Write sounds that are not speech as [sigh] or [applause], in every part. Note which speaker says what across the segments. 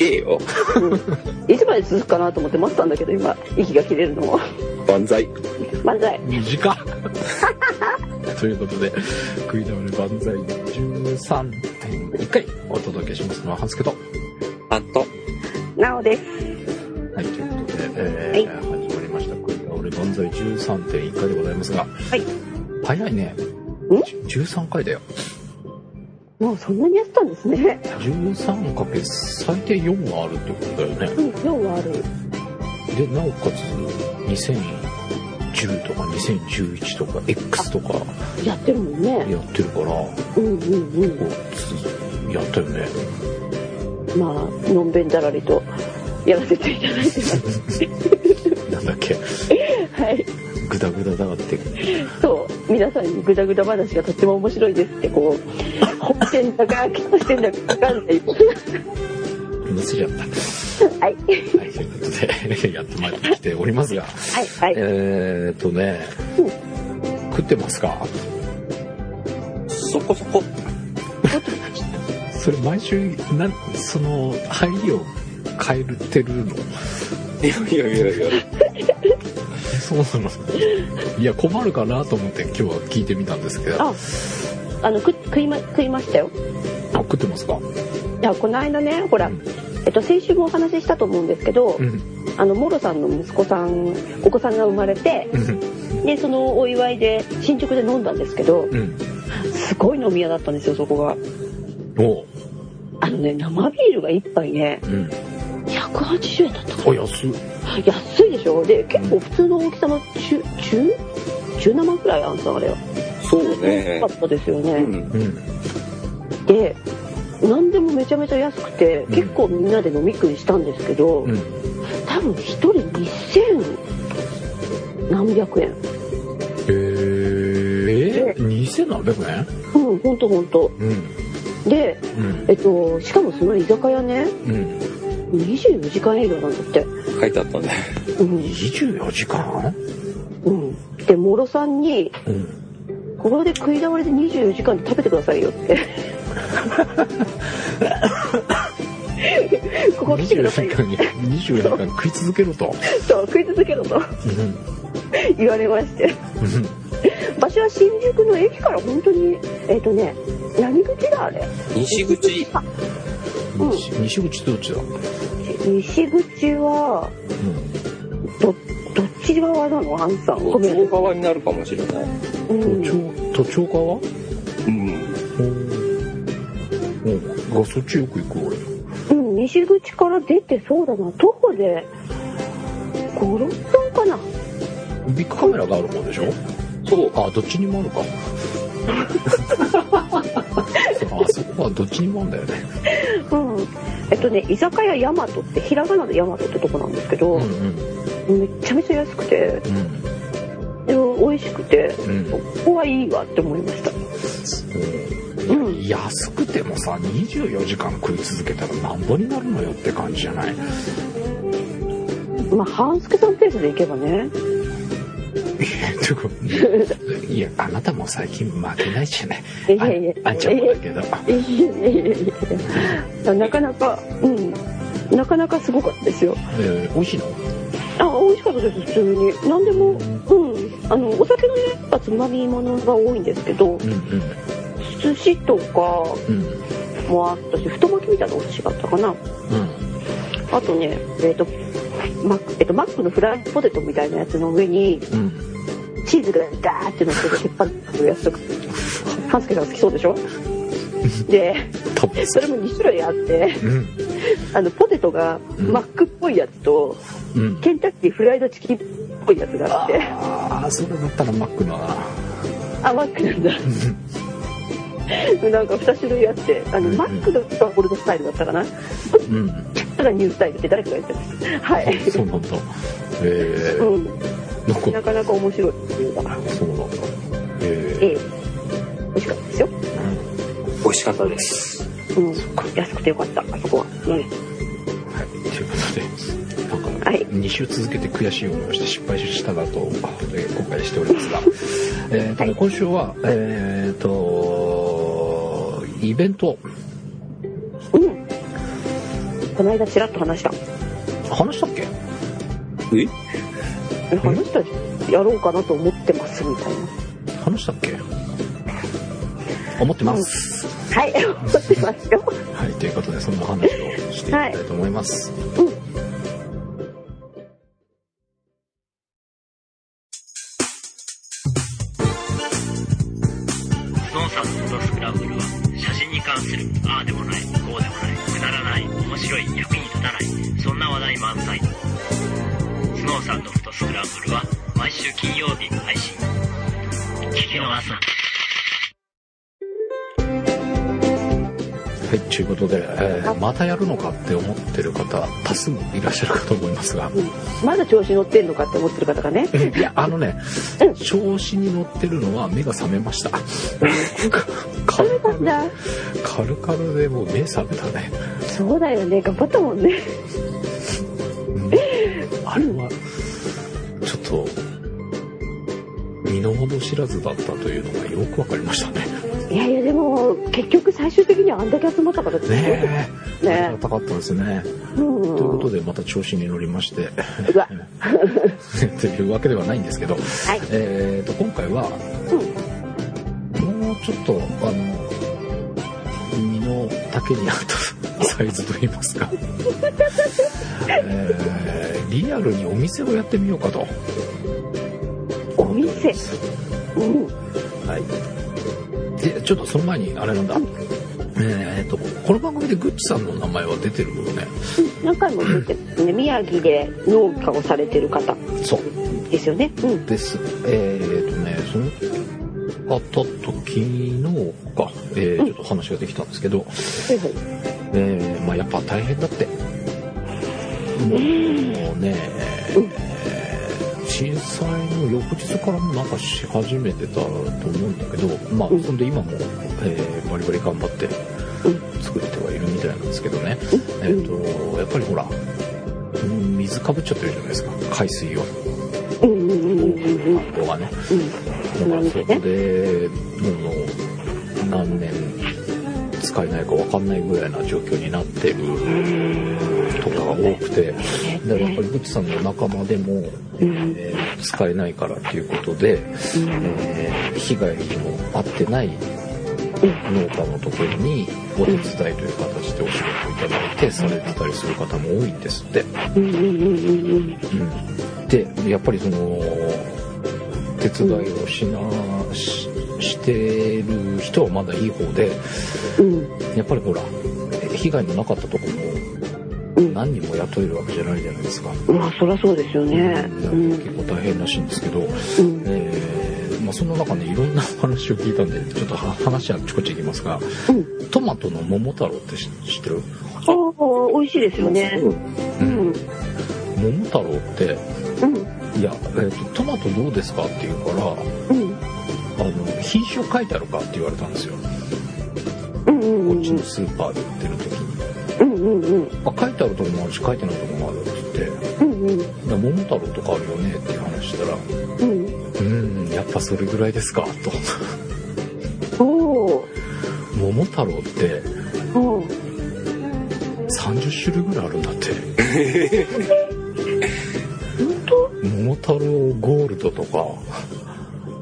Speaker 1: えよ。
Speaker 2: いつまで続くかなと思って待ったんだけど、今、息が切れるの [laughs] も。
Speaker 1: 万歳。
Speaker 2: 万歳。
Speaker 3: 短っ [laughs] ということで、食い倒れ万歳13.1回お届けしますのは、ハスケと。
Speaker 1: あと、
Speaker 2: なおです。
Speaker 3: はい、ということで、えー始まりました。食い倒れ万歳13.1回でございますが、
Speaker 2: はい。
Speaker 3: 早いね。13回だよ。
Speaker 2: もうそんなにやってたんですね。
Speaker 3: 13かけ最低4はあるってことだよね。
Speaker 2: うん、今日はある。
Speaker 3: で、なおかつ、2010とか2011とか X とか
Speaker 2: やってるもんね。
Speaker 3: やってるから、こ
Speaker 2: うんうんうん。
Speaker 3: うつやったよね。
Speaker 2: まあ、のんべんだらりとやらせていただいて [laughs] ます。
Speaker 3: なんだっけ、
Speaker 2: はい。
Speaker 3: グダグダだって。
Speaker 2: そう、皆さんにグダグダ話がとっても面白いですって、こう、本店だか、本店だかわかんない。 [laughs]
Speaker 3: ミスりゃった。
Speaker 2: は
Speaker 3: は
Speaker 2: い。
Speaker 3: い、ということで、や [laughs] ってまいってきておりますが、
Speaker 2: はい、はい。
Speaker 3: えーっとね、食ってますか
Speaker 1: そこそこ。
Speaker 3: それ毎週、なん、その、入りを変えてるの
Speaker 1: いやいやいやいや。
Speaker 3: そうなのいや、困るかなと思って今日は聞いてみたんですけど、あ
Speaker 2: あ、あの、く食いま、食いましたよ。
Speaker 3: 食ってますか
Speaker 2: いや、この間ね、ほら
Speaker 3: うん、
Speaker 2: えっと、先週もお話ししたと思うんですけど、
Speaker 3: うん。
Speaker 2: あの、モロさんの息子さん、お子さんが生まれて、
Speaker 3: うん。
Speaker 2: で、そのお祝いで、新宿で飲んだんですけど、
Speaker 3: うん。
Speaker 2: すごい飲み屋だったんですよ、そこが。
Speaker 3: おう。
Speaker 2: あのね、生ビールが1杯ね、
Speaker 3: うん。
Speaker 2: 180円だったか
Speaker 3: お安っ。
Speaker 2: ら。安いでしょで、結構普通の大きさの中、中中生くらいあんたあれは。
Speaker 1: そうね
Speaker 2: かっ。たですよ
Speaker 1: う
Speaker 2: ね。
Speaker 1: ん。
Speaker 3: うん。
Speaker 2: で、何でもめちゃめちゃ安くて、結構みんなで飲み食いしたんですけど、
Speaker 3: うん。
Speaker 2: 多分一人2000何百円
Speaker 3: えー、え2700円
Speaker 2: うんほんとほんと
Speaker 3: うん。
Speaker 2: で
Speaker 3: うん。
Speaker 2: えっとしかもその居酒屋ね
Speaker 3: うん。
Speaker 2: 24時間営業なんだって
Speaker 1: 書いてあったね。
Speaker 2: うん、
Speaker 3: 24時間
Speaker 2: うん、で諸さんに
Speaker 3: うん。
Speaker 2: 「ここで食い倒れで24時間で食べてくださいよ」って
Speaker 3: [laughs]
Speaker 2: ここ来て
Speaker 3: 24
Speaker 2: ください
Speaker 3: 時
Speaker 2: よ
Speaker 3: 間に、24時間食い続けろと。
Speaker 2: そう食い続けろと
Speaker 3: うん。
Speaker 2: 言われまして
Speaker 3: うん。
Speaker 2: 場所は新宿の駅から本当にえっ、とね何口だあれ
Speaker 1: 西口、
Speaker 2: あうん
Speaker 3: 西西口どっちだ、うん、
Speaker 2: 西口はどどっち側なのアンさんご
Speaker 1: 都
Speaker 2: め
Speaker 1: 庁
Speaker 2: ん、
Speaker 1: 側になるかもしれない。
Speaker 2: うん、
Speaker 3: 都庁都庁側は
Speaker 1: うん。
Speaker 3: うんがそっちよく行く俺
Speaker 2: うん西口から出てそうだな徒歩で56分かな
Speaker 3: ビッグカメラがある方でしょ
Speaker 1: そう。
Speaker 3: あどっちにもある [laughs] かそうあそこはどっちにもあるんだよね
Speaker 2: うんえっとね居酒屋ヤマトってひらがなでヤマトってとこなんですけど、
Speaker 3: うん
Speaker 2: めちゃめちゃ安くて
Speaker 3: うん
Speaker 2: で美味しくて
Speaker 3: うん
Speaker 2: ここはいいわって思いました
Speaker 3: うん、
Speaker 2: うん
Speaker 3: 安くてもさ24時間食い続けたらなんぼになるのよって感じじゃない [laughs]
Speaker 2: まあ半助さんペースで行けばね
Speaker 3: とか [laughs] いやあなたも最近負けないじゃない
Speaker 2: いやいや
Speaker 3: ああんちゃんもだけど
Speaker 2: いやいやいやいやいやなかなかうんなかなかすごかったですよ
Speaker 3: えー美味しいの
Speaker 2: あ美味しかったです普通に何でもうんあのお酒のねやっぱつまみものが多いんですけど
Speaker 3: うんうん
Speaker 2: 寿司とか
Speaker 3: うん
Speaker 2: もあったし太巻きみたいなお寿司があったかな
Speaker 3: うん
Speaker 2: あとねえっ、とマック、えっとマックのフライドポテトみたいなやつの上に
Speaker 3: うん
Speaker 2: チーズがガーって乗ってる鉄板のやつとか半助さん好きそうで
Speaker 3: [laughs]
Speaker 2: しょで
Speaker 3: 多分
Speaker 2: それも2種類あって
Speaker 3: うん
Speaker 2: あのポテトがマックっぽいやつと
Speaker 3: うん
Speaker 2: ケンタッキーフライドチキンっぽいやつがあって
Speaker 3: ああそれだったらマックだな
Speaker 2: あ、マック
Speaker 3: [laughs]
Speaker 2: なんだ。なんか2種類あって、あの、
Speaker 3: うん
Speaker 2: マックの人はゴールドスタイルだったかな。だ
Speaker 3: うん
Speaker 2: からニュースタイルって誰かが言ってます。はい。
Speaker 3: あそうなんだええ
Speaker 2: う
Speaker 3: なん
Speaker 2: ん。な
Speaker 3: か
Speaker 2: かなか面白いっていうか、
Speaker 3: そうなんだ
Speaker 2: え
Speaker 3: え
Speaker 2: え。美味しかったですよ。
Speaker 3: え
Speaker 1: 美味しかったです。
Speaker 2: うん。安くてよかった、あそこは。うん。
Speaker 3: はいということでなんか
Speaker 2: はい。
Speaker 3: 2週続けて悔しい思いをして失敗したなと、えー後悔しておりますが、えーとね今週は、えー、とイベント
Speaker 2: うん。この間ちらっと話した
Speaker 3: 話したっけ
Speaker 1: え
Speaker 2: え話したでしょやろうかなと思ってますみたいな
Speaker 3: 話したっけ思ってます、
Speaker 2: はい思ってますよ
Speaker 3: はいということでそんな話をしていきたいと思います、
Speaker 4: ゾンさんのフォトスクランブルは写真に関するああでもないこうでもないくだらない面白い役に立たないそんな話題満載スノーさんのフォトスクランブルは毎週金曜日配信聞き逃すな
Speaker 3: はいということで、えーまたやるのかって思ってる方多数いらっしゃるかと思いますが
Speaker 2: まだ調子乗ってんのかって思ってる方がね
Speaker 3: えいやあのね
Speaker 2: うん
Speaker 3: 調子に乗ってるのは目が覚めましたカルカ
Speaker 2: そう
Speaker 3: ル
Speaker 2: だ
Speaker 3: カルカルでもう目覚めたね
Speaker 2: そうだよね頑張ったもんね
Speaker 3: うんあれはちょっと身の程知らずだったというのがよくわかりましたね
Speaker 2: いやいやでも結局最終的にはあんだけ集まったからすごいね
Speaker 3: ねえ
Speaker 2: ねえ
Speaker 3: ありがたかったですね
Speaker 2: うん
Speaker 3: ということでまた調子に乗りまして [laughs]
Speaker 2: うわ
Speaker 3: というわけではないんですけど、
Speaker 2: い
Speaker 3: えー、と今回はもうちょっとあの身の丈に合った [laughs] サイズといいますか、えーリアルにお店をやってみようかと
Speaker 2: お店うん
Speaker 3: はいでちょっとその前にあれなんだ、えー、とこの番組でグッチさんの名前は出てるよね
Speaker 2: 何回も出てますね宮城で農家をされてる方
Speaker 3: そう
Speaker 2: ですよねうん
Speaker 3: ですえー、とねその方と昨日か、えーちょっと話ができたんですけど、
Speaker 2: はいはい
Speaker 3: えーまあ、やっぱ大変だってもうね、
Speaker 2: うん
Speaker 3: えー震災の翌日からもなんかし始めてたと思うんだけどまあ
Speaker 2: うん
Speaker 3: そんで今も、えーバリバリ頑張って作ってはいるみたいなんですけどね、えっとやっぱりほらうん水かぶっちゃってるじゃないですか海水を
Speaker 2: うんうんうんうんうんうん
Speaker 3: ここがねだ
Speaker 2: う
Speaker 3: か
Speaker 2: んな
Speaker 3: ら
Speaker 2: る
Speaker 3: そ
Speaker 2: ほ
Speaker 3: こ
Speaker 2: どね
Speaker 3: でもう何年使えないか分かんないぐらいな状況になってるとかが多くてだからやっぱりグッチさんの仲間でも、
Speaker 2: うん
Speaker 3: えー使えないからっていうことで、えー被害にも遭ってない農家のところにお手伝いという形でお仕事をいただいてされてたりする方も多いんですって。
Speaker 2: うんうんうんうんうん
Speaker 3: でやっぱりその手伝いをしなししてる人はまだいい方で
Speaker 2: うん
Speaker 3: やっぱりほら被害のなかったところ
Speaker 2: うん
Speaker 3: も何人も雇えるわけじゃないじゃないですか。
Speaker 2: うわそりゃそうですよねうん
Speaker 3: 結構大変らしいんですけど、
Speaker 2: うん
Speaker 3: えーまあ、その中でいろんなお話を聞いたんでちょっとは話はあっちこっち行きますが、
Speaker 2: うん
Speaker 3: トマトの桃太郎って知知ってる
Speaker 2: ああ美味しいですよねうん
Speaker 3: 桃太郎って
Speaker 2: うん
Speaker 3: 「いや、えーとトマトどうですか?」って言うから
Speaker 2: うん
Speaker 3: あの品種を書いてあるかって言われたんですよ、
Speaker 2: うんうんう
Speaker 3: こっちの
Speaker 2: ん
Speaker 3: スーパーで売ってる時に
Speaker 2: うんうんうん
Speaker 3: あ書いてあるとこもあるし書いてないとこもあるって言ってだか
Speaker 2: うんうん
Speaker 3: ら桃太郎とかあるよねっていう話したらう
Speaker 2: うん
Speaker 3: ーんやっぱそれぐらいですかと [laughs]
Speaker 2: お
Speaker 3: 桃太郎って
Speaker 2: お
Speaker 3: 30種類ぐらいあるんだって
Speaker 2: 本当
Speaker 3: 桃太郎ゴールドとか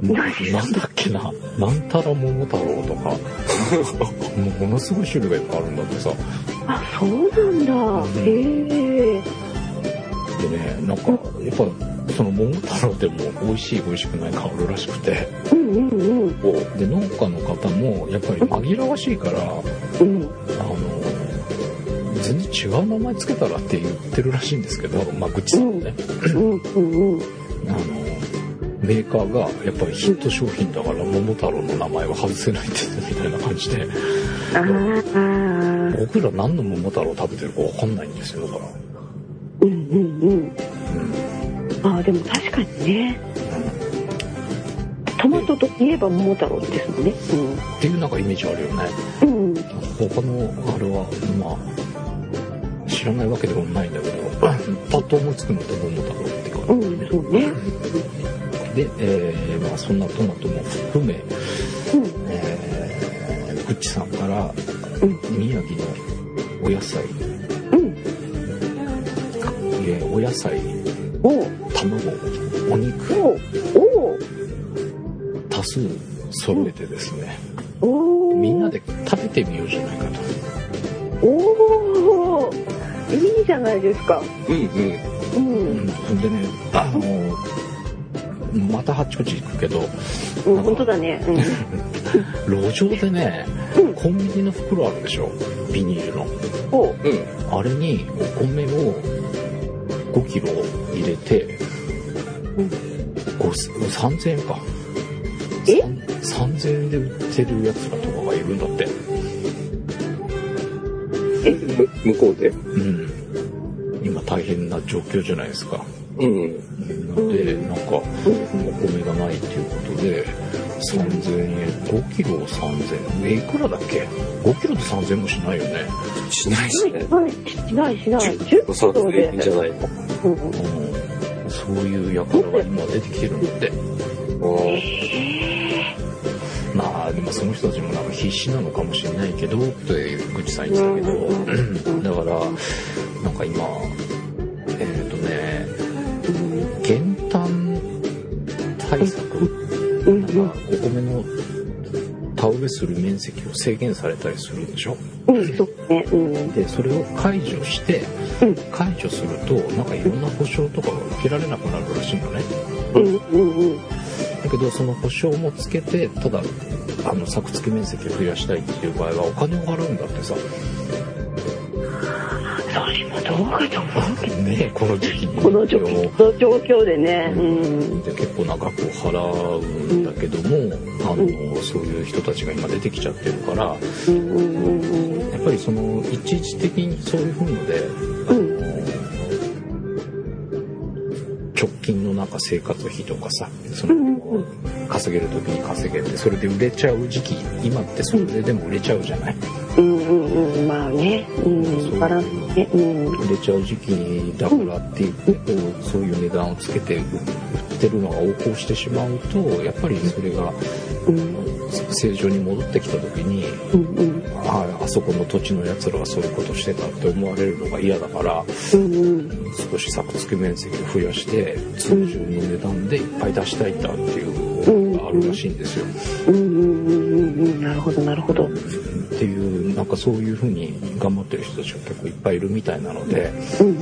Speaker 3: ななんだっけななんたら桃太郎とかもうものすごい種類がいっぱいあるんだってさ
Speaker 2: あそうなんだへえ
Speaker 3: でねなんかやっぱその桃太郎でも美味しい美味しくないがあるらしくて
Speaker 2: うんうんうん
Speaker 3: で農家の方もやっぱり紛らわしいからあ
Speaker 2: うん
Speaker 3: の全然違う名前つけたらって言ってるらしいんですけどまあ愚痴さんね、
Speaker 2: うんうんうん
Speaker 3: あのメーカーがやっぱりヒット商品だから桃太郎の名前は外せないって言ってみたいな感じで
Speaker 2: ああ
Speaker 3: 僕ら何の桃太郎食べてるか分かんないんですよだから、
Speaker 2: うんうんうん
Speaker 3: うん、
Speaker 2: あーでも確かにねトマトといえば桃太郎ですもんね
Speaker 3: っていうなんかイメージあるよね
Speaker 2: うんうん
Speaker 3: 他のあれはまあ知らないわけでもないんだけどパッと思いつくのって桃太郎って感じ
Speaker 2: うんそうね
Speaker 3: で、えーまあ、そんなトマトも含め、
Speaker 2: うん
Speaker 3: えー、グッチさんから
Speaker 2: うん
Speaker 3: 宮城のお野菜
Speaker 2: うん
Speaker 3: 菜
Speaker 2: おお
Speaker 3: 卵お肉
Speaker 2: お
Speaker 3: 多数揃えてですね
Speaker 2: おおお
Speaker 3: みんなで食べてみようじゃないかと
Speaker 2: おおいいじゃないですか
Speaker 1: うんうん。
Speaker 3: う
Speaker 2: う
Speaker 3: んんほんでねあのまた八口行くけど
Speaker 2: うん本当だね
Speaker 3: 路上でね
Speaker 2: うん
Speaker 3: コンビニの袋あるでしょビニールの
Speaker 2: うんお
Speaker 1: う
Speaker 2: う
Speaker 1: ん。
Speaker 3: あれにお米を5キロ入れて、
Speaker 2: うん
Speaker 3: 五千3000円か
Speaker 2: え
Speaker 3: さん3000円で売ってるやつらとかがいるんだって
Speaker 1: む向こうで。
Speaker 3: うん今大変な状況じゃないですか
Speaker 1: うん。
Speaker 3: うんなので
Speaker 2: う
Speaker 3: なんかお米がないっていうことで3000円5キロを3000円えいくらだっけ5キロで3000円もしないよね
Speaker 1: しないしね。
Speaker 2: はいしないしない10
Speaker 1: そ
Speaker 2: 頭
Speaker 1: う
Speaker 2: で
Speaker 1: でいいんじゃないの
Speaker 2: うん
Speaker 3: うんそういう輩が今出てきてるんだって
Speaker 1: うん
Speaker 3: まあでもその人たちもなんか必死なのかもしれないけどって口さん言ってたけど、
Speaker 2: うん
Speaker 3: だからなんか今えっ、とね
Speaker 2: うん
Speaker 3: 減反対策
Speaker 2: うん
Speaker 3: なんかお米の田植えする面積を制限されたりするんでしょ
Speaker 2: うんそうねうん
Speaker 3: でそれを解除して
Speaker 2: うん
Speaker 3: 解除するとなんかいろんな保証とかが受けられなくなるらしいのね
Speaker 2: うんうんうん
Speaker 3: だけどその保証もつけてただあの作付け面積を増やしたいっていう場合はお金を払うんだ
Speaker 2: [laughs]
Speaker 3: ってさ
Speaker 2: それもどうかと思うけ
Speaker 3: ねえこの時期に
Speaker 2: どこの状況この状況でねうん
Speaker 3: で結構な額を払うんだけども、あのそういう人たちが今出てきちゃってるからや
Speaker 2: うんうんうん
Speaker 3: っぱりその一時的にそういう風ので、
Speaker 2: うん
Speaker 3: 直近のなんか生活費とかさそ
Speaker 2: うんう
Speaker 3: の稼げる時に稼げてそれで売れちゃう時期今ってそれでも売れちゃうじゃない
Speaker 2: うんうんうんまあね
Speaker 3: そ
Speaker 2: う
Speaker 3: うん
Speaker 2: バランスねうん
Speaker 3: 売れちゃう時期だからって言ってこうそういう値段をつけて売ってるのが横行してしまうとやっぱりそれが
Speaker 2: うん
Speaker 3: 正常に戻ってきた時に
Speaker 2: うんうん
Speaker 3: ああそこの土地のやつらがそういうことしてたって思われるのが嫌だから
Speaker 2: うん
Speaker 3: 少し作付け面積を増やして通常の値段でいっぱい出したいんだっていう思いがあるらしいんですよ。
Speaker 2: うんうんうんうんなるほどなるほど
Speaker 3: っていうなんかそういうふうに頑張ってる人たちが結構いっぱいいるみたいなので
Speaker 2: うん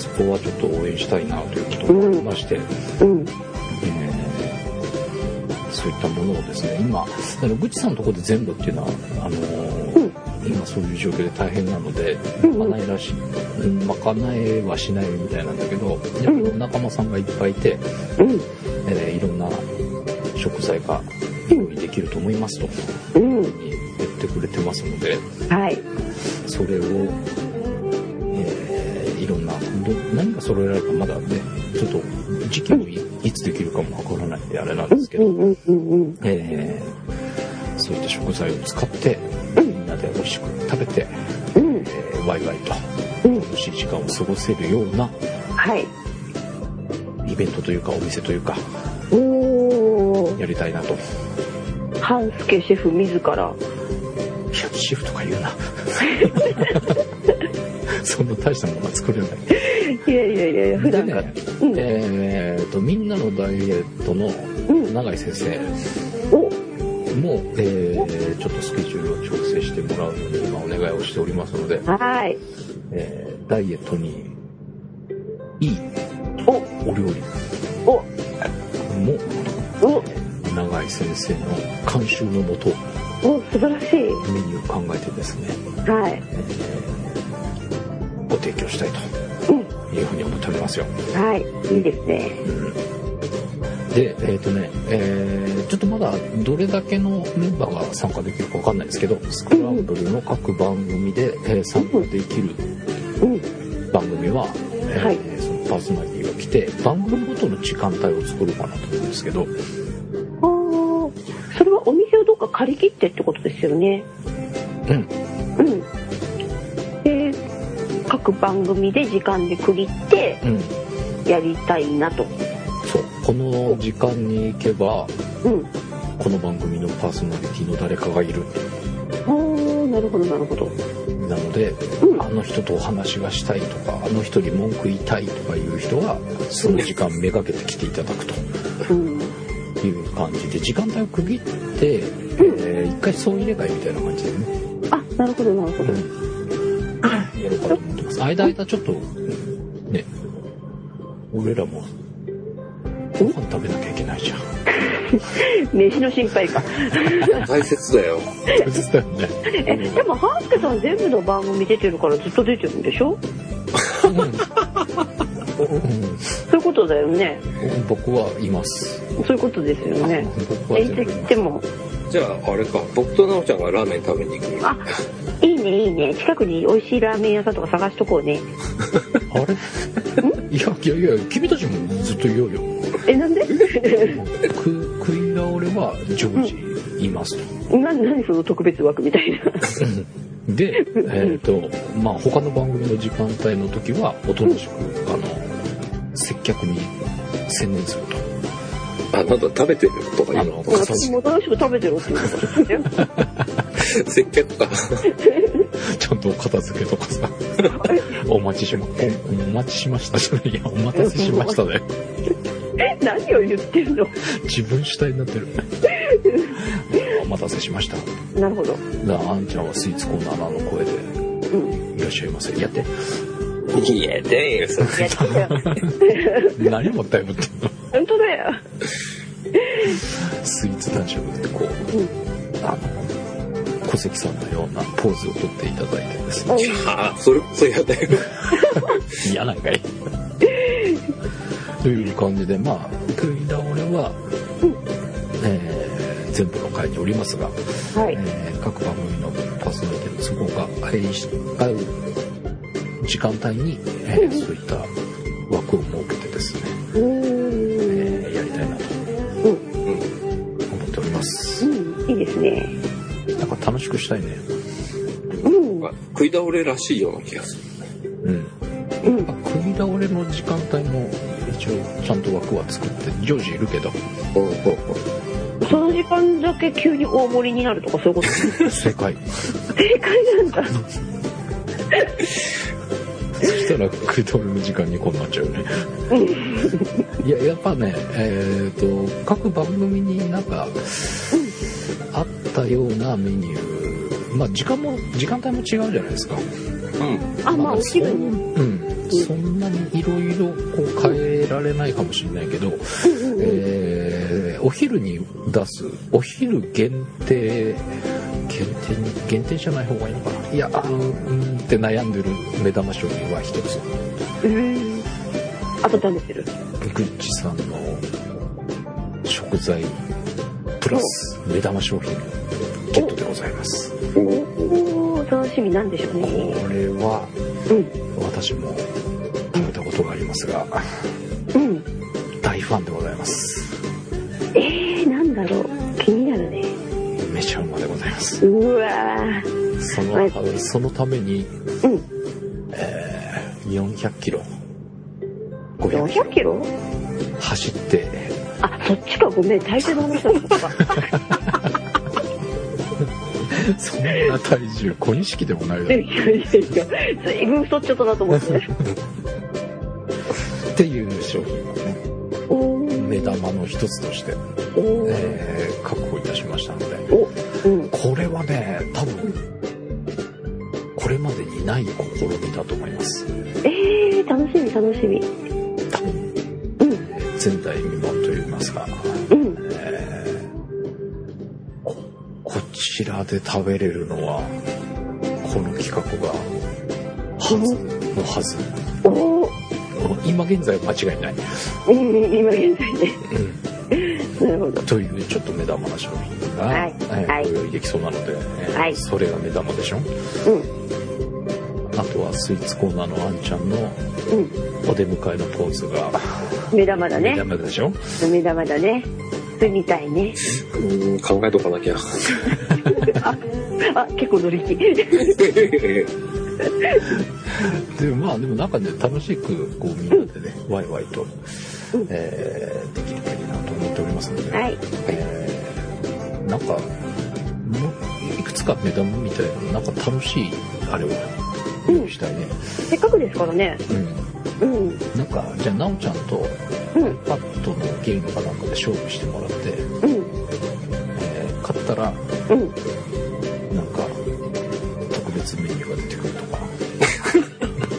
Speaker 3: そこはちょっと応援したいなということがありまして。
Speaker 2: うん
Speaker 3: えーそういったものをですね今あのグチさんのところで全部っていうのはあのー今そういう状況で大変なので
Speaker 2: うん
Speaker 3: まかないらしいうんまかないはしないみたいなんだけどやっぱりお仲間さんがいっぱいいて、
Speaker 2: うん
Speaker 3: えーいろんな食材が用意できると思いますと
Speaker 2: う
Speaker 3: 言
Speaker 2: ん
Speaker 3: ってくれてますので
Speaker 2: はい
Speaker 3: それを、えーいろんなど何が揃えられるかまだねちょっと時期もいいつできるかもわからないんであれなんですけ
Speaker 2: う
Speaker 3: ど。
Speaker 2: んうんうんうん
Speaker 3: えーそういった食材を使ってみんなで美味しく食べて、
Speaker 2: うん
Speaker 3: えーワイワイと
Speaker 2: うん
Speaker 3: 楽しい時間を過ごせるような
Speaker 2: はい
Speaker 3: イベントというかお店というか
Speaker 2: おー
Speaker 3: やりたいなとい
Speaker 2: 半助シェフ自ら
Speaker 3: やシェフとか言うな [laughs] そんな大したものは作れない
Speaker 2: いやいやいやいや普段
Speaker 3: で
Speaker 2: から
Speaker 3: ね
Speaker 2: うん
Speaker 3: えーとみんなのダイエットの
Speaker 2: うん
Speaker 3: 永井先生
Speaker 2: お
Speaker 3: も、えーちょっとスケジュールを調整してもらうように今お願いをしておりますので、
Speaker 2: はい
Speaker 3: えーダイエットにいい
Speaker 2: お
Speaker 3: お料理
Speaker 2: お
Speaker 3: も
Speaker 2: お
Speaker 3: 永井先生の監修のもと
Speaker 2: お素晴らしい
Speaker 3: メニューを考えてですね
Speaker 2: はい
Speaker 3: ご提供したいと
Speaker 2: うん
Speaker 3: いうふうに思っておりますよ、
Speaker 2: はいいいですね
Speaker 3: うんでえっ、とね、えーちょっとまだどれだけのメンバーが参加できるかわかんないですけどスクランブルの各番組で、えー参加できる
Speaker 2: うん
Speaker 3: 番組は、えー
Speaker 2: はい
Speaker 3: そのパーソナリティが来て番組ごとの時間帯を作ろうかなと思うんですけど
Speaker 2: あーそれはお店をどっか借り切ってってことですよね
Speaker 3: うん
Speaker 2: うんで各番組で時間で区切って
Speaker 3: うん
Speaker 2: やりたいなと
Speaker 3: そうこの時間に行けば
Speaker 2: うん
Speaker 3: この番組のパーソナリティの誰かがいる
Speaker 2: ああなるほどなるほど
Speaker 3: だなので、
Speaker 2: うん
Speaker 3: あの人とお話がしたいとかあの人に文句言いたいとかいう人はその時間めがけて来ていただくと
Speaker 2: うん
Speaker 3: いう感じで時間帯を区切って、えー一回総入れ替えみたいな感じでね
Speaker 2: あなるほどなるほど、
Speaker 3: やろうかと思ってます。間間ちょっと、ね、俺らも、ご飯食べなきゃいけないじゃん。
Speaker 2: [laughs]
Speaker 3: [laughs]
Speaker 2: 飯の心配か
Speaker 1: 大切だよ。
Speaker 3: そうですよね。
Speaker 2: えでもハースケさん全部の番組出てるからずっと出てるんでしょそういうことだよね
Speaker 3: うん、僕はいます。
Speaker 2: そういうことですよね
Speaker 3: 僕は
Speaker 2: え
Speaker 3: 全部
Speaker 2: いて
Speaker 3: い
Speaker 2: き
Speaker 3: ま
Speaker 2: て
Speaker 3: す。
Speaker 2: も
Speaker 1: じゃあ、あれか、僕と奈緒ちゃんがラーメン食べに行く。
Speaker 2: あいいねいいね近くに美味しいラーメン屋さんとか探しとこうね
Speaker 3: あ [laughs] れいやいやいや、君たちもずっといようよ。
Speaker 2: えなんで [laughs]
Speaker 3: く食い倒れは常時いますと。
Speaker 2: な何その特別枠みたい
Speaker 3: [laughs]
Speaker 2: な
Speaker 3: で、えっ、と、まあ、他の番組の時間帯の時は、おとなしく、あの、接客に専念すると。
Speaker 1: あ、なんだ、食べてるとか
Speaker 3: あ
Speaker 1: 言う
Speaker 3: の、
Speaker 1: の
Speaker 3: かさ
Speaker 2: 私も楽しく食べてろっていうことですよ
Speaker 1: 接客か。
Speaker 3: ちゃんとお片付けとかさ。お待ちしま、おお待ちしましたじゃないや、お待たせしました [laughs] ね。
Speaker 2: え何を言ってるの
Speaker 3: 自分主体にな [laughs] ってる。お待たせしました。
Speaker 2: なるほど
Speaker 3: だあんちゃんはスイーツコーナーのあの声で、
Speaker 2: うん
Speaker 3: いらっしゃいませ。やって。
Speaker 1: いや、でよ、それ
Speaker 2: やってたよ
Speaker 3: 何もったいぶってんの。
Speaker 2: [laughs] 本当だよ
Speaker 3: スイーツ男爵ってこう、
Speaker 2: うん
Speaker 3: あの、小関さんのようなポーズをとっていただいてですね。
Speaker 1: あ、それこそ嫌だよ。
Speaker 3: 嫌なんか
Speaker 2: [laughs]
Speaker 3: いという感じでまあ食い倒れは、えー全部の回におりますが、
Speaker 2: はい
Speaker 3: えー各番組のパーソナリティの都合が合いし合う時間帯に、えーそういった枠を設けてですね、
Speaker 2: うーん
Speaker 3: えーやりたいなと思っております
Speaker 2: うんいいですね
Speaker 3: なんか楽しくしたいね
Speaker 2: うん
Speaker 1: 食い倒れらしいような気がする。
Speaker 3: うん
Speaker 2: うん
Speaker 3: あ食い倒れの時間帯も一応ちゃんと枠は作って常時いるけ [laughs] ど
Speaker 1: うん、うん、
Speaker 2: その時間だけ急に大盛りになるとかそういうこと [laughs]
Speaker 3: 正解
Speaker 2: 正解なんだ
Speaker 3: そしたら食い倒れの時間にこうなっちゃうね。いや、やっぱね、えっ、と、各番組になんか、あったようなメニュー、まあ時間も、時間帯も違うじゃないですか。
Speaker 1: うん。
Speaker 2: あま
Speaker 3: なん
Speaker 2: あお
Speaker 3: かそん
Speaker 2: 昼に
Speaker 3: うん。そんなにいろいろこう変えられないかもしれないけど、えーお昼に出す、お昼限定、限定に、限定じゃない方がいいのかな。いや、あの、うんって悩んでる目玉商品は一つ。
Speaker 2: うん温めてる
Speaker 3: グッチさんの食材プラス目玉商品ゲットでございますこ
Speaker 2: おお楽しみなんでしょうね
Speaker 3: れは
Speaker 2: うん
Speaker 3: 私も食べたことがありますが
Speaker 2: うん
Speaker 3: 大ファンでございます
Speaker 2: えー、なんだろう気になるね
Speaker 3: めちゃうまでございます
Speaker 2: うわー
Speaker 3: そ
Speaker 2: は
Speaker 3: の
Speaker 2: い
Speaker 3: そのために
Speaker 2: うん
Speaker 3: 400キロ500
Speaker 2: 400
Speaker 3: キ
Speaker 2: キ
Speaker 3: ロ
Speaker 2: ロ
Speaker 3: 走って
Speaker 2: あそっちかごめん大抵の話だったか
Speaker 3: そんな体重小錦でもない
Speaker 2: い
Speaker 3: だ
Speaker 2: や
Speaker 3: ろ
Speaker 2: いやいや随分太っちゃったなと思って
Speaker 3: っていう商品がね
Speaker 2: おー
Speaker 3: 目玉の一つとして、
Speaker 2: おー
Speaker 3: えー確保いたしましたので
Speaker 2: おうん
Speaker 3: これはね、多分、これまでにない試みだと思います。
Speaker 2: えー、楽しみ楽しみ
Speaker 3: 多分、
Speaker 2: うん
Speaker 3: 前代未聞と言いますか、
Speaker 2: うん
Speaker 3: えーこ、こちらで食べれるのは、この企画が、はず、のはず。
Speaker 2: おお
Speaker 3: 今現在は間違いない。
Speaker 2: うん今現在ね
Speaker 3: うん
Speaker 2: なるほど
Speaker 3: という、ちょっと目玉な商品が、
Speaker 2: はい
Speaker 3: えー
Speaker 2: はい
Speaker 3: ご用意できそうなので、えー
Speaker 2: はい
Speaker 3: それが目玉でしょ
Speaker 2: うん
Speaker 3: あとはスイーツコーナーのあんちゃんの
Speaker 2: うん
Speaker 3: お出迎えのポーズが、
Speaker 2: 目玉だ
Speaker 3: 目
Speaker 2: ね
Speaker 3: 玉でしょ
Speaker 2: 目玉だねそれ見たいね
Speaker 1: うん、考えとかなきゃ。
Speaker 2: あ結構乗り気
Speaker 3: でまあでもなんかね楽しくこうみんなでね、ワイワイと、
Speaker 2: うん
Speaker 3: えーできればいいなと思っておりますので、
Speaker 2: はい
Speaker 3: えーなんかもういくつつか目玉みたいななんか楽しいあれを用意したいね、
Speaker 2: せっかくですからね。
Speaker 3: うん、
Speaker 2: うん。
Speaker 3: なんかじゃあ奈緒ちゃんと
Speaker 2: うん。
Speaker 3: パッドのゲームかなんかで勝負してもらって、
Speaker 2: うん。
Speaker 3: えー買ったら
Speaker 2: うん。
Speaker 3: なんか特別メニューが出てくるとか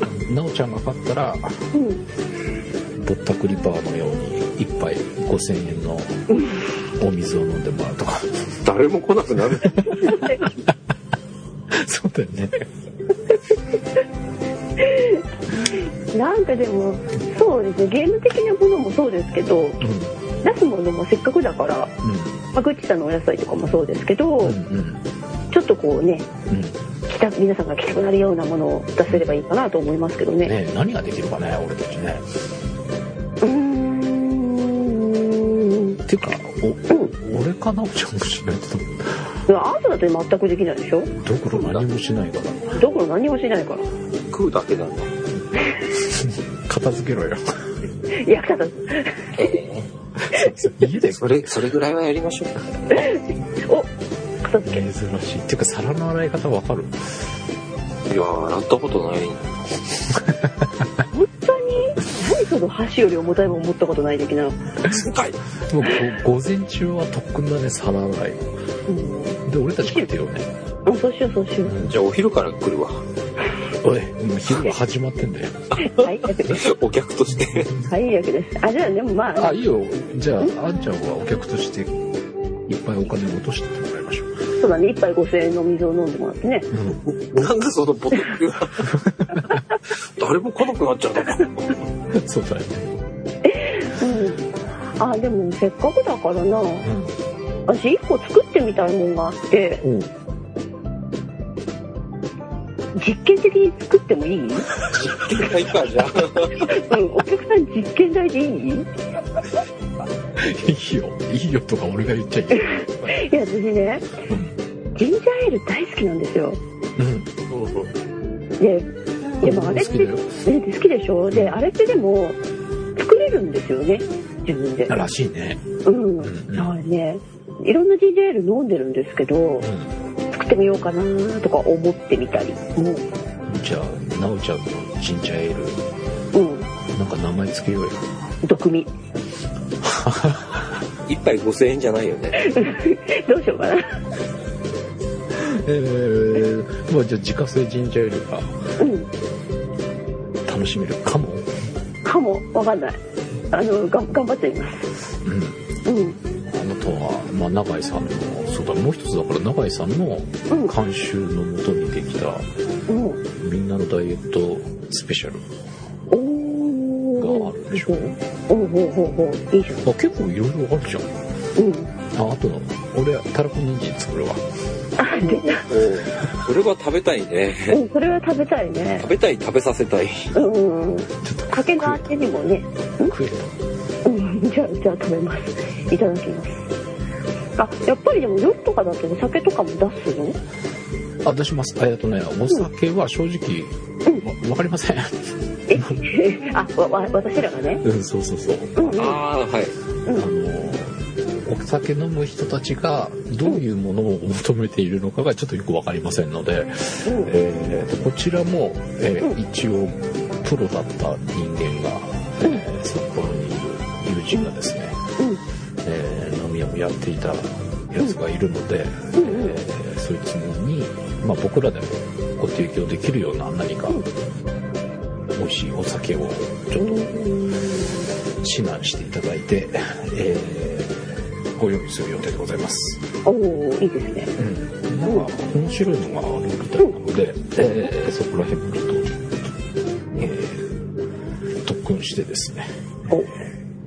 Speaker 2: [laughs]
Speaker 3: 奈緒ちゃんが買ったら
Speaker 2: うん。
Speaker 3: ぼったくりバーのように一杯5000円のお水を飲んでもらう
Speaker 2: [laughs]
Speaker 3: とか
Speaker 1: 誰も来なくなる。
Speaker 3: そうだよね
Speaker 2: なんかでも、そうですね。ゲーム的なものもそうですけど、
Speaker 3: うん
Speaker 2: 出すものもせっかくだから、まあ、グッチさんのお野菜とかもそうですけど、
Speaker 3: うんうんうん
Speaker 2: ちょっとこうね、
Speaker 3: うん
Speaker 2: 来た皆さんが来たくなるようなものを出せればいいかなと思いますけどね。
Speaker 3: ねえ何ができるかね俺たちね
Speaker 2: うーん。
Speaker 3: ていうか
Speaker 2: うん。
Speaker 3: お俺かなおちゃんもしないと
Speaker 2: アートだと全くできないでしょ
Speaker 3: どころ何もしないから
Speaker 2: どころ何もしないから。
Speaker 1: [laughs] 食うだけだな。
Speaker 3: 片付けろよ
Speaker 2: 役立たず。
Speaker 3: 家で
Speaker 1: それ、それぐらいはやりましょう。
Speaker 2: [laughs] お片付け。
Speaker 3: 珍しいっていうか皿の洗い方わかる
Speaker 1: いやー、洗ったことない。
Speaker 2: 本当に何その箸より重たいもん持ったことない的な。
Speaker 1: はい。
Speaker 3: もうご午前中は特訓だね皿洗い
Speaker 2: うん。
Speaker 3: で俺たち食ってよね
Speaker 2: あそうしようそうしよ
Speaker 1: じゃあお昼から来るわ。
Speaker 3: おいもう昼は始まってんだよ
Speaker 2: う。最悪です。
Speaker 1: お客として。
Speaker 2: 最悪です。あ、じゃあでもまあ、
Speaker 3: あいいよじゃああんちゃんはお客としていっぱいお金を落としてってもらいましょう、
Speaker 2: そうだね。一杯5000円の水を飲んでもらってね。
Speaker 1: なんだそのボトルは。誰も来なくなっちゃうの。
Speaker 3: そうだよね
Speaker 2: うん。あ、でもせっかくだからな。
Speaker 3: うん
Speaker 2: 私一個作ってみたいもんがあって、
Speaker 3: おう
Speaker 2: 実験的に作ってもい
Speaker 3: [laughs]
Speaker 2: いうん、
Speaker 1: はい、いいか、じゃあ。
Speaker 2: お客さん実験台でいいい
Speaker 3: いいよいいよとか俺が言っちゃいけない
Speaker 2: や、私ね、ジンジャーエール大好きなんですよ。
Speaker 3: うん
Speaker 2: で、でもあれっ
Speaker 3: 好き
Speaker 2: て、
Speaker 3: だ
Speaker 2: ね
Speaker 3: よ、
Speaker 2: 好きでしょで、あれってでも、作れるんですよね、自分で。
Speaker 3: らしいね
Speaker 2: うん。だ
Speaker 3: ん
Speaker 2: からね、いろんなジンジャーエール飲んでるんですけど、
Speaker 3: う
Speaker 2: 作ってみようかなとか思ってみたり。うん。
Speaker 3: んじゃあなおちゃんのジンジャーエー
Speaker 2: うん。
Speaker 3: ルなんか名前つけようよ
Speaker 2: 毒味。
Speaker 1: 一杯5000円じゃないよね。
Speaker 2: どうしようかな。
Speaker 3: えー、まあじゃあ自家製ジンジャーエールが
Speaker 2: うん。
Speaker 3: 楽しめるかも
Speaker 2: かもわかんないあのが頑張ってみま
Speaker 3: うん
Speaker 2: すうん
Speaker 3: あとは、まあ、永井さんのそうだもう一つだから永井さんの
Speaker 2: うん
Speaker 3: 監修のもとにできた
Speaker 2: うん
Speaker 3: みんなのダイエットスペシャルが
Speaker 2: お
Speaker 3: あ
Speaker 2: ー
Speaker 3: るでしょあ
Speaker 2: おおほうほうほういいじゃ
Speaker 3: 結構いろいろあるじゃん
Speaker 2: んうん
Speaker 3: ああと俺たらこ人参作るわ
Speaker 2: あで、
Speaker 1: それは食べたいね。
Speaker 2: うん、それは食べたいね
Speaker 1: 食べたい、食べさせたい。
Speaker 2: うん
Speaker 3: ちょっと食
Speaker 2: 酒
Speaker 3: え
Speaker 2: の
Speaker 3: た
Speaker 2: あてにもね
Speaker 3: 食え
Speaker 2: うんじゃあじゃあ食べますいただきますあやっぱりでも夜とかだとお酒とかも出すの
Speaker 3: たあ出しますあえっとねお酒は正直わ、わかりません
Speaker 2: えあわわ私らがね
Speaker 3: [laughs] うんそうそうそう
Speaker 2: うんうん
Speaker 1: ああ、はい。
Speaker 3: あのお酒飲む人たちがどういうものを求めているのかがちょっとよく分かりませんので、
Speaker 2: うん
Speaker 3: えーとこちらも、えー一応プロだった人間が、えー札幌にいる友人がですね、
Speaker 2: うん
Speaker 3: えー飲み屋もやっていたやつがいるので、
Speaker 2: うんうん
Speaker 3: えーそいつに、まあ、僕らでもご提供できるような何か
Speaker 2: うん
Speaker 3: 美味しいお酒をちょっと指南していただいて、えーご用意する予定でございます。
Speaker 2: おおいいですね
Speaker 3: なんか面白いのがあるみたいなので、えーそこら辺もちょっと、えー特訓してですね、
Speaker 2: お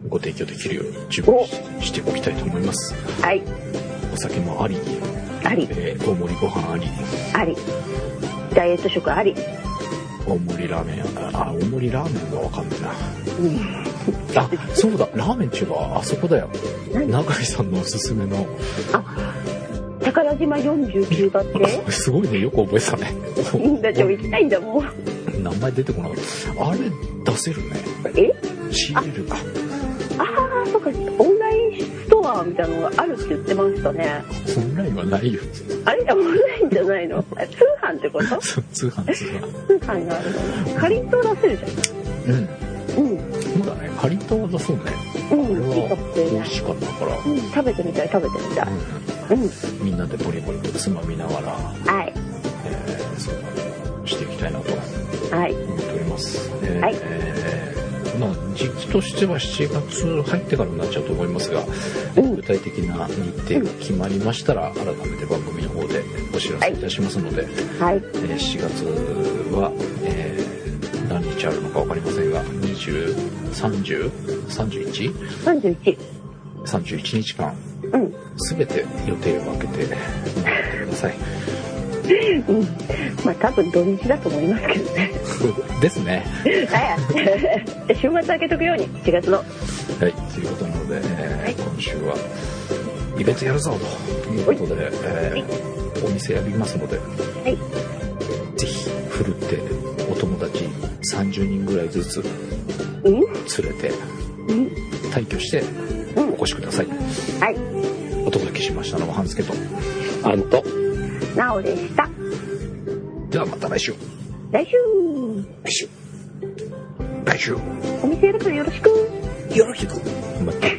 Speaker 3: ご提供できるように準備ししておきたいと思います。
Speaker 2: はい
Speaker 3: お酒もあり、
Speaker 2: あり
Speaker 3: えー大盛りご飯あり、
Speaker 2: ありダイエット食あり
Speaker 3: 大盛りラーメン、あ、あ大盛りラーメンがわかんないな。
Speaker 2: うん
Speaker 3: あ、そうだ、ラーメン違う、あそこだよ。
Speaker 2: 何
Speaker 3: 永井さんのおすすめの、
Speaker 2: 宝島49番って
Speaker 3: すごいね、よく覚えてたね。
Speaker 2: いいんだって行きたいんだもん
Speaker 3: 名前出てこなかった。あれ、出せるね。
Speaker 2: え
Speaker 3: 仕入れるか。
Speaker 2: ああそうかオンラインストアバーみたいなのがあるって言ってましたね
Speaker 3: オンラインはないよ。 [laughs]
Speaker 2: あれオンラインじゃないのあれ通販ってこと
Speaker 3: そう通販、通販。
Speaker 2: 通販があるの借りと出せるじ
Speaker 3: うん。
Speaker 2: ゃんうん
Speaker 3: そうだね。借りた技そうね。これ
Speaker 2: うんいいかも
Speaker 3: は
Speaker 2: し
Speaker 3: 美
Speaker 2: れない
Speaker 3: 味しかったから。
Speaker 2: うん食べてみたい食べてみたいうん
Speaker 3: うんみんなでボリボリとつまみながら、
Speaker 2: はい
Speaker 3: えー、そうしていきたいなと
Speaker 2: はい
Speaker 3: 思っております。えー
Speaker 2: はい
Speaker 3: えーまあ、時期としては7月入ってからになっちゃうと思いますが、
Speaker 2: うん
Speaker 3: 具体的な日程が決まりましたら改めて番組の方でお知らせいたしますので、
Speaker 2: はい
Speaker 3: えー4月は、えー何日あるのか分かりませんが20303131
Speaker 2: 31
Speaker 3: 日間
Speaker 2: うん
Speaker 3: 全て予定を分けて回ってください
Speaker 2: うんまあ多分土日だと思いますけどね
Speaker 3: ですね
Speaker 2: [laughs] はい週末開けとくように7月の
Speaker 3: はい、ということなので、えー今週はイベントやるぞということで、えーお店やりますので、ぜひふるってお友達30人ぐらいずつ
Speaker 2: うん
Speaker 3: 連れて
Speaker 2: うん
Speaker 3: 退去して
Speaker 2: うん
Speaker 3: お越しください、
Speaker 2: はい
Speaker 3: お届けしましたのは半助と
Speaker 1: あんと
Speaker 2: なおでした
Speaker 3: ではまた来週
Speaker 2: 来週
Speaker 3: 来週来週
Speaker 2: お店やるからよろしく
Speaker 3: よろしくまた